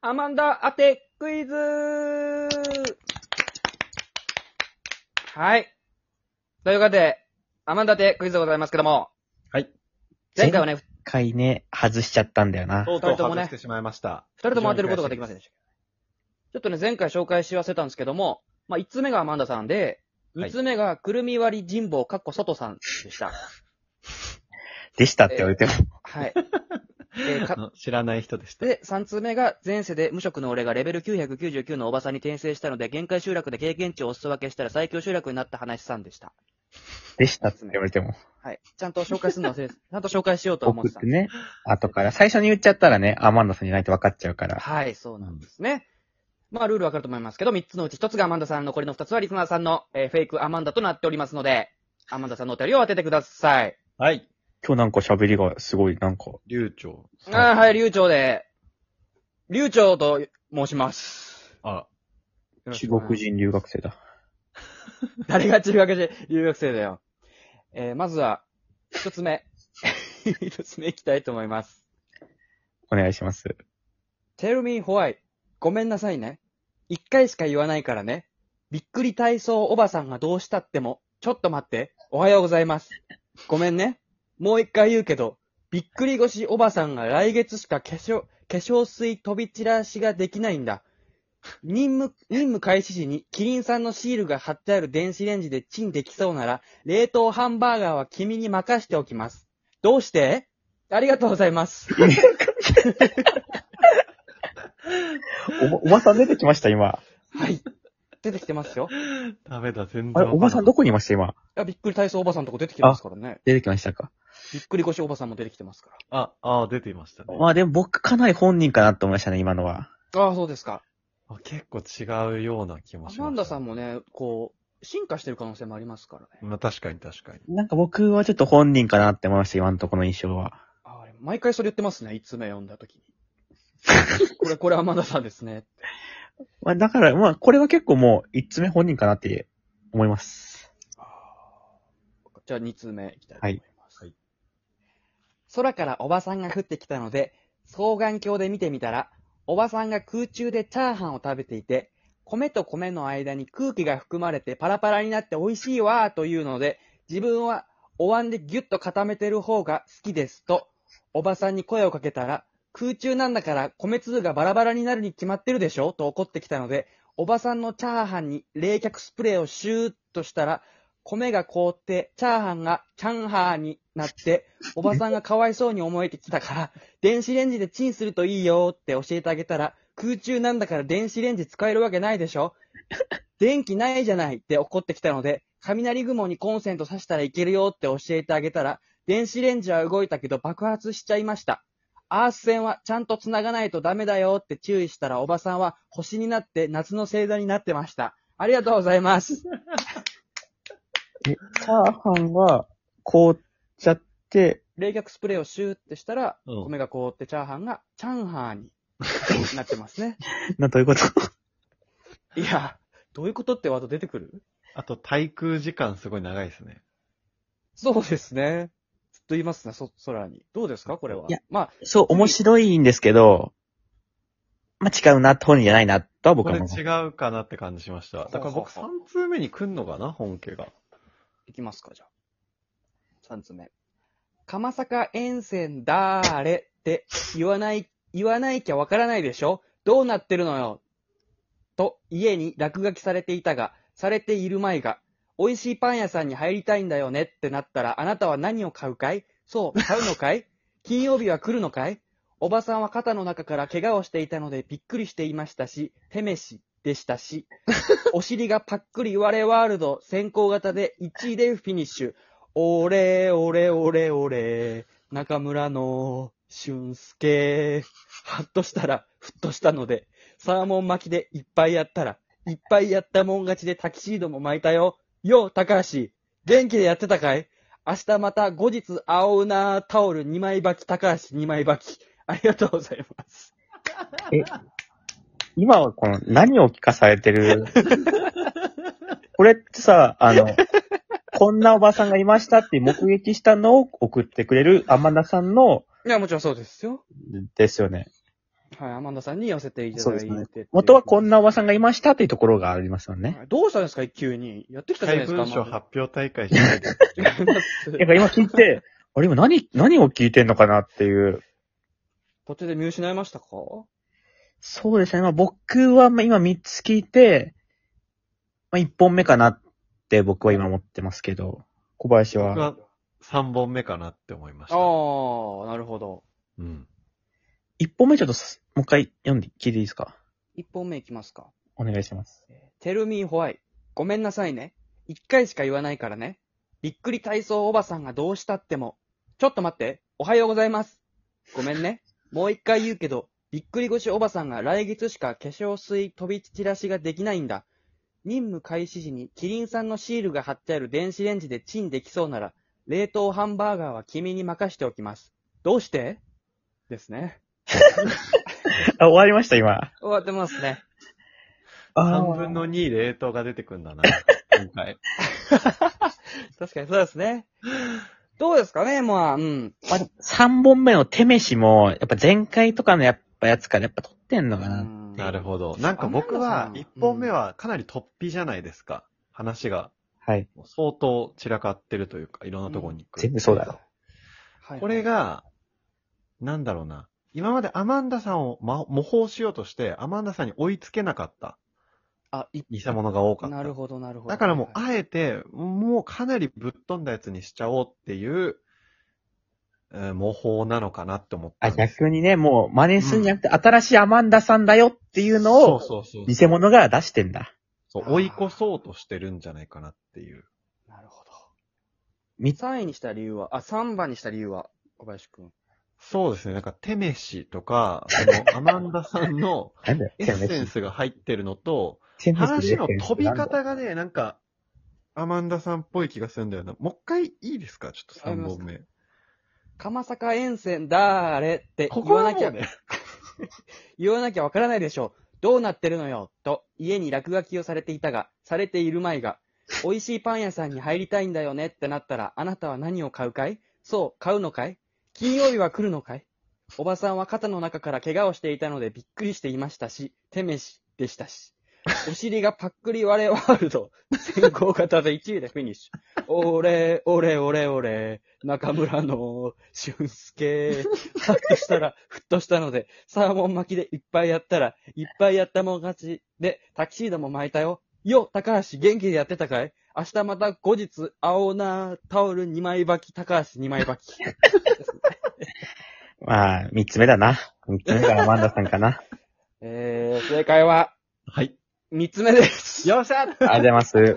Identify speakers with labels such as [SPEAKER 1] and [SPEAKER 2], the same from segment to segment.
[SPEAKER 1] アマンダ当てクイズはい。ということで、アマンダ当てクイズでございますけども。
[SPEAKER 2] はい。
[SPEAKER 1] 前回はね、二
[SPEAKER 2] 回ね、外しちゃったんだよな。
[SPEAKER 3] とうと
[SPEAKER 1] 二人
[SPEAKER 3] う
[SPEAKER 1] ともね
[SPEAKER 3] 外してしまいました。
[SPEAKER 1] 人とも当てることができませんでした。ちょっとね、前回紹介し忘れたんですけども、まあ、一つ目がアマンダさんで、
[SPEAKER 2] はい
[SPEAKER 1] 二つ目がくるみ割り人望かっこ外さんでした。
[SPEAKER 2] でしたって言われても。
[SPEAKER 1] はい。えーか
[SPEAKER 3] あの知らない人でした。
[SPEAKER 1] で、3通目が、前世で無職の俺がレベル999のおばさんに転生したので、限界集落で経験値をお裾分けしたら最強集落になった話さんでした。
[SPEAKER 2] でしたって言われても。
[SPEAKER 1] はい。ちゃんと紹介するのは せちゃんと紹介しようと思っ
[SPEAKER 2] 送
[SPEAKER 1] て
[SPEAKER 2] ったて。ね。後から。最初に言っちゃったらね、アマンダさんじゃないと分かっちゃうから。
[SPEAKER 1] はい、そうなんですね。まあ、ルールわかると思いますけど、3つのうち1つがアマンダさん、残りの2つはリスナーさんの、えーフェイクアマンダとなっておりますので、アマンダさんのお便りを当ててください。
[SPEAKER 3] はい。
[SPEAKER 2] 今日なんか喋りがすごい、なんか。
[SPEAKER 3] 流暢。
[SPEAKER 1] あーはい、流暢で、流暢と申します。
[SPEAKER 3] あら。
[SPEAKER 2] 中国人留学生だ。
[SPEAKER 1] 誰が中学生、留学生だよ。えー、まずは、一つ目。 一つ目いきたいと思います。
[SPEAKER 2] お願いします。
[SPEAKER 1] tell me why. ごめんなさいね。一回しか言わないからね。びっくり体操おばさんがどうしたっても、ちょっと待って。おはようございます。ごめんね。もう一回言うけど、びっくり腰おばさんが来月しか化粧、化粧水飛び散らしができないんだ。任務、任務開始時にキリンさんのシールが貼ってある電子レンジでチンできそうなら、冷凍ハンバーガーは君に任しておきます。どうしてありがとうございます。
[SPEAKER 2] お、おばさん出てきました、今。
[SPEAKER 1] はい。出てきてますよ。
[SPEAKER 3] ダメだ、全然
[SPEAKER 2] あ
[SPEAKER 3] わ
[SPEAKER 2] れ、
[SPEAKER 3] かない。
[SPEAKER 2] おばさんどこにいました、今。
[SPEAKER 1] いや、びっくり体操おばさんとこ出てきてますからね。
[SPEAKER 2] 出てきましたか。
[SPEAKER 1] びっくり腰おばさんも出てきてますか
[SPEAKER 3] あ、あー出ていましたね。
[SPEAKER 2] まあでも僕かなり本人かなと思いましたね、今のは。
[SPEAKER 1] ら。ああ、そうですか。
[SPEAKER 3] あ結構違うような気も
[SPEAKER 1] ア
[SPEAKER 3] します、
[SPEAKER 1] マンダさん。もね、こう、進化してる可能性もありますからね。
[SPEAKER 3] まあ確かに確かに。
[SPEAKER 2] なんか僕はちょっと本人かなって思いました、今のところの印象は。
[SPEAKER 1] ああ、毎回それ言ってますね。いつ目読んだ 時に。これ、これアマンダさんですね。
[SPEAKER 2] まあだから、まあこれは結構もう、一つ目本人かなって思います。
[SPEAKER 1] じゃあ、二通目いきたいと思います。
[SPEAKER 3] はいはい
[SPEAKER 1] 空からおばさんが降ってきたので、双眼鏡で見てみたら、おばさんが空中でチャーハンを食べていて、米と米の間に空気が含まれてパラパラになって美味しいわーというので、自分はお椀でギュッと固めてる方が好きですと、おばさんに声をかけたら、空中なんだから米粒がバラバラになるに決まってるでしょと怒ってきたので、おばさんのチャーハンに冷却スプレーをシューッとしたら、米が凍って、チャーハンがチャンハーになって、おばさんがかわいそうに思えてきたから、 電子レンジでチンするといいよって教えてあげたら、空中なんだから電子レンジ使えるわけないでしょ 電気ないじゃないって怒ってきたので、雷雲にコンセント挿したらいけるよって教えてあげたら、電子レンジは動いたけど爆発しちゃいました。アース線はちゃんと繋がないとダメだよって注意したらおばさんは星になって夏の星座になってました。ありがとうございます。
[SPEAKER 2] チャーハンは、凍っちゃって、
[SPEAKER 1] 冷却スプレーをシューってしたら、
[SPEAKER 3] うん
[SPEAKER 1] 米が凍ってチャーハンがチャンハー になってます ね。
[SPEAKER 2] な、どういうこと
[SPEAKER 1] いや、どういうことってワード出てくる
[SPEAKER 3] あと、滞空時間すごい長いですね。
[SPEAKER 1] そうですね。ずっと言いますね、そ、空に。どうですかこれは。
[SPEAKER 2] いや、
[SPEAKER 1] まあ、
[SPEAKER 2] そう、面白いんですけど、まあ、違うな、本人じゃないな、とは僕
[SPEAKER 3] こ
[SPEAKER 2] は
[SPEAKER 3] れ
[SPEAKER 2] 思う。
[SPEAKER 3] 違うかなって感じしました。だから僕
[SPEAKER 1] ほうほ
[SPEAKER 3] 3通目に来んのかな、本家が。
[SPEAKER 1] いきますか、じゃあ。3つ目。鎌坂沿線だーれって言わない、言わないきゃわからないでしょどうなってるのよと、家に落書きされていたが、されている前が、美味しいパン屋さんに入りたいんだよねってなったら、あなたは何を買うかいそう、買うのかい金曜日は来るのかいおばさんは肩の中から怪我をしていたのでびっくりしていましたし、手飯でしたし、お尻がパックリ割れワールド先行型で1位でフィニッシュ。オレオレオレオレ、中村の俊介。ハッとしたら、ふっとしたので、サーモン巻きでいっぱいやったら、いっぱいやったもん勝ちでタキシードも巻いたよ。よう、高橋。元気でやってたかい明日また後日青うなタオル2枚履き、高橋2枚履き。ありがとうございます。
[SPEAKER 2] 今はこの、何を聞かされてる これってさ、あの、こんなおばさんがいましたって目撃したのを送ってくれるアマナさんの、
[SPEAKER 1] いや、もちろんそうですよ。
[SPEAKER 2] ですよね。
[SPEAKER 1] はい、アマンダさんに寄せていただいてってい
[SPEAKER 2] そう
[SPEAKER 1] う
[SPEAKER 2] で。元はこん
[SPEAKER 1] な。
[SPEAKER 2] なおばさんがいましたっていうところがあります よね。
[SPEAKER 1] どうしたんですか急に。やってきたじゃな
[SPEAKER 3] 怪
[SPEAKER 1] いですか。
[SPEAKER 3] 文書
[SPEAKER 1] アマン
[SPEAKER 3] 発表大会じゃな いです。
[SPEAKER 1] ダさん違います
[SPEAKER 2] なんか今聞いて、あれ今何、何を聞いてんのかなっていう。
[SPEAKER 1] 途中で見失いましたか
[SPEAKER 2] そうですね。まあ僕はまあ今3つ聞いて、まあ1本目かなって僕は今思ってますけど、小林
[SPEAKER 3] 僕
[SPEAKER 2] は
[SPEAKER 3] は3本目かなって思いまし
[SPEAKER 1] あ
[SPEAKER 3] た。
[SPEAKER 1] あ、なるほど。
[SPEAKER 3] うん。
[SPEAKER 2] 1本目ちょっとすもう一回読んで、聞いていいですか
[SPEAKER 1] 一本目いきますか。
[SPEAKER 2] お願いします。
[SPEAKER 1] Tell me why. ごめんなさいね。一回しか言わないからね。びっくり体操おばさんがどうしたっても。ちょっと待って。おはようございます。ごめんね。もう一回言うけど、びっくり腰おばさんが来月しか化粧水飛び散らしができないんだ。任務開始時にキリンさんのシールが貼ってある電子レンジでチンできそうなら、冷凍ハンバーガーは君に任しておきます。どうしてですね。
[SPEAKER 2] あ、終わりました今。
[SPEAKER 1] 終わってますね。
[SPEAKER 2] あ
[SPEAKER 3] 3分の2冷凍が出てくんだな。今回。
[SPEAKER 1] 確かにそうですね。どうですかねまあ、うん。
[SPEAKER 2] まあ、3本目の手飯も、やっぱ前回とかのやっぱやつからやっぱ取ってんのかな。
[SPEAKER 3] なる
[SPEAKER 1] ど。
[SPEAKER 3] ほど。なんか僕
[SPEAKER 1] アマ
[SPEAKER 3] は
[SPEAKER 1] ンダさ
[SPEAKER 3] 1
[SPEAKER 1] ん
[SPEAKER 3] 本目はかなり突飛じゃないですか。話が
[SPEAKER 2] はい。
[SPEAKER 3] 相当散らかってるというか、いろんなところに行く。
[SPEAKER 2] 全部そうだよ。
[SPEAKER 1] はい
[SPEAKER 3] これ、が、なんだろうな。今までアマンダさんをま模倣しようとして、アマンダさんに追いつけなかった。
[SPEAKER 1] あ、い
[SPEAKER 3] 偽物が多かった。
[SPEAKER 1] なるほど、なるほど。
[SPEAKER 3] だからもう、
[SPEAKER 1] はい
[SPEAKER 3] あえて、もうかなりぶっ飛んだやつにしちゃおうっていう、えー模倣なのかなって思った
[SPEAKER 2] あ、
[SPEAKER 3] んです。
[SPEAKER 2] 逆にね、もう真似するんじゃなくて、新しいアマンダさんだよっていうのを、
[SPEAKER 3] そうそうそう
[SPEAKER 2] 偽物が出してんだ。
[SPEAKER 3] そう追い越そうとしてるんじゃないかなっていう。
[SPEAKER 1] なるほど。
[SPEAKER 2] み
[SPEAKER 1] 3位にした理由は、あ、3番にした理由は、小林くん。
[SPEAKER 3] そうですね。なんか、テメシとか、その、アマンダさん の
[SPEAKER 2] なんだよ、
[SPEAKER 3] エッセンスが入ってるのと、
[SPEAKER 2] セ
[SPEAKER 3] 話の飛び方がね、なんか、アマンダさんっぽい気がするんだよな。もう一回いいですかちょっと3本目。
[SPEAKER 1] 鎌坂沿線だーれって
[SPEAKER 3] こ
[SPEAKER 1] 言
[SPEAKER 3] こ
[SPEAKER 1] わ
[SPEAKER 3] は
[SPEAKER 1] な
[SPEAKER 3] も
[SPEAKER 1] きゃ、
[SPEAKER 3] うね、
[SPEAKER 1] 言わなきゃわからないでしょう。どうなってるのよ、と、家に落書きをされていたが、されている前が、美味しいパン屋さんに入りたいんだよねってなったら、あなたは何を買うかいそう、買うのかい金曜日は来るのかいおばさんは肩の中から怪我をしていたのでびっくりしていましたし、手飯でしたし。お尻がパックリ割れワールド。先行型で1位でフィニッシュ。俺、俺、俺、俺、中村の俊介。ふっとしたら、ふっとしたので、サーモン巻きでいっぱいやったら、いっぱいやったもん勝ち。で、タキシードも巻いたよ。よ、高橋、元気でやってたかい明日また後日、青なタオル2枚履き、高橋2枚履き。
[SPEAKER 2] まあ、三つ目だな。三つ目がアマンダさんかな。
[SPEAKER 1] えー、正解は、
[SPEAKER 3] はい。
[SPEAKER 1] 三つ目です。
[SPEAKER 3] よっしゃ
[SPEAKER 2] ありがとうございます。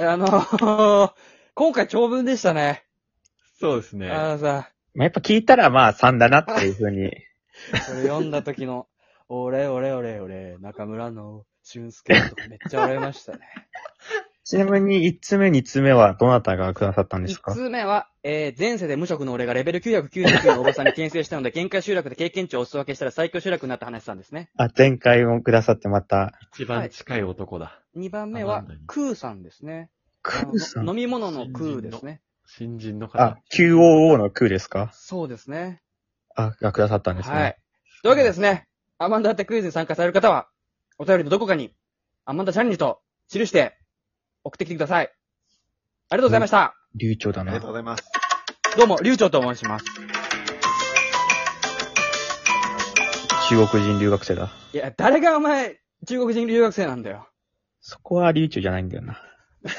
[SPEAKER 1] あのー、今回長文でしたね。
[SPEAKER 3] そうですね。
[SPEAKER 1] あのさ、
[SPEAKER 2] まあ、やっぱ聞いたらまあ3だなっていうふうに。
[SPEAKER 1] これ読んだ時の、俺、俺、俺、俺、中村の俊介とかめっちゃ笑いましたね。
[SPEAKER 2] ちなみに一つ目、二つ目はどなたがくださったんです
[SPEAKER 1] 一
[SPEAKER 2] か
[SPEAKER 1] 通目は、えー、前世で無職の俺がレベル999のおばさんに転生したので、限界集落で経験値をお裾分けしたら最強集落になった話さんですね。
[SPEAKER 2] あ、前回もくださってまた、
[SPEAKER 3] 一番近い男だ。
[SPEAKER 1] 二番目
[SPEAKER 3] あ
[SPEAKER 1] は
[SPEAKER 3] なんだよ、
[SPEAKER 1] クーさんですね。
[SPEAKER 2] クーさ
[SPEAKER 1] あの
[SPEAKER 2] ん。
[SPEAKER 1] 飲み物のクーですね。
[SPEAKER 3] 新人の方。
[SPEAKER 2] あ、QOO のクーですか
[SPEAKER 1] そうですね。
[SPEAKER 2] あ、がくださったんですね。
[SPEAKER 1] はい。というわけでですね、アマンダってクイズに参加される方は、お便りのどこかに、アマンダチャレンジと記して送ってきてください。ありがとうございました。
[SPEAKER 2] 流暢だ
[SPEAKER 3] あり
[SPEAKER 2] な
[SPEAKER 3] がとう。ございます。
[SPEAKER 1] どうも、流暢と申します。
[SPEAKER 2] 中国人留学生だ。
[SPEAKER 1] いや、誰がお前、中国人留学生なんだよ。
[SPEAKER 2] そこは流暢じゃないんだよな。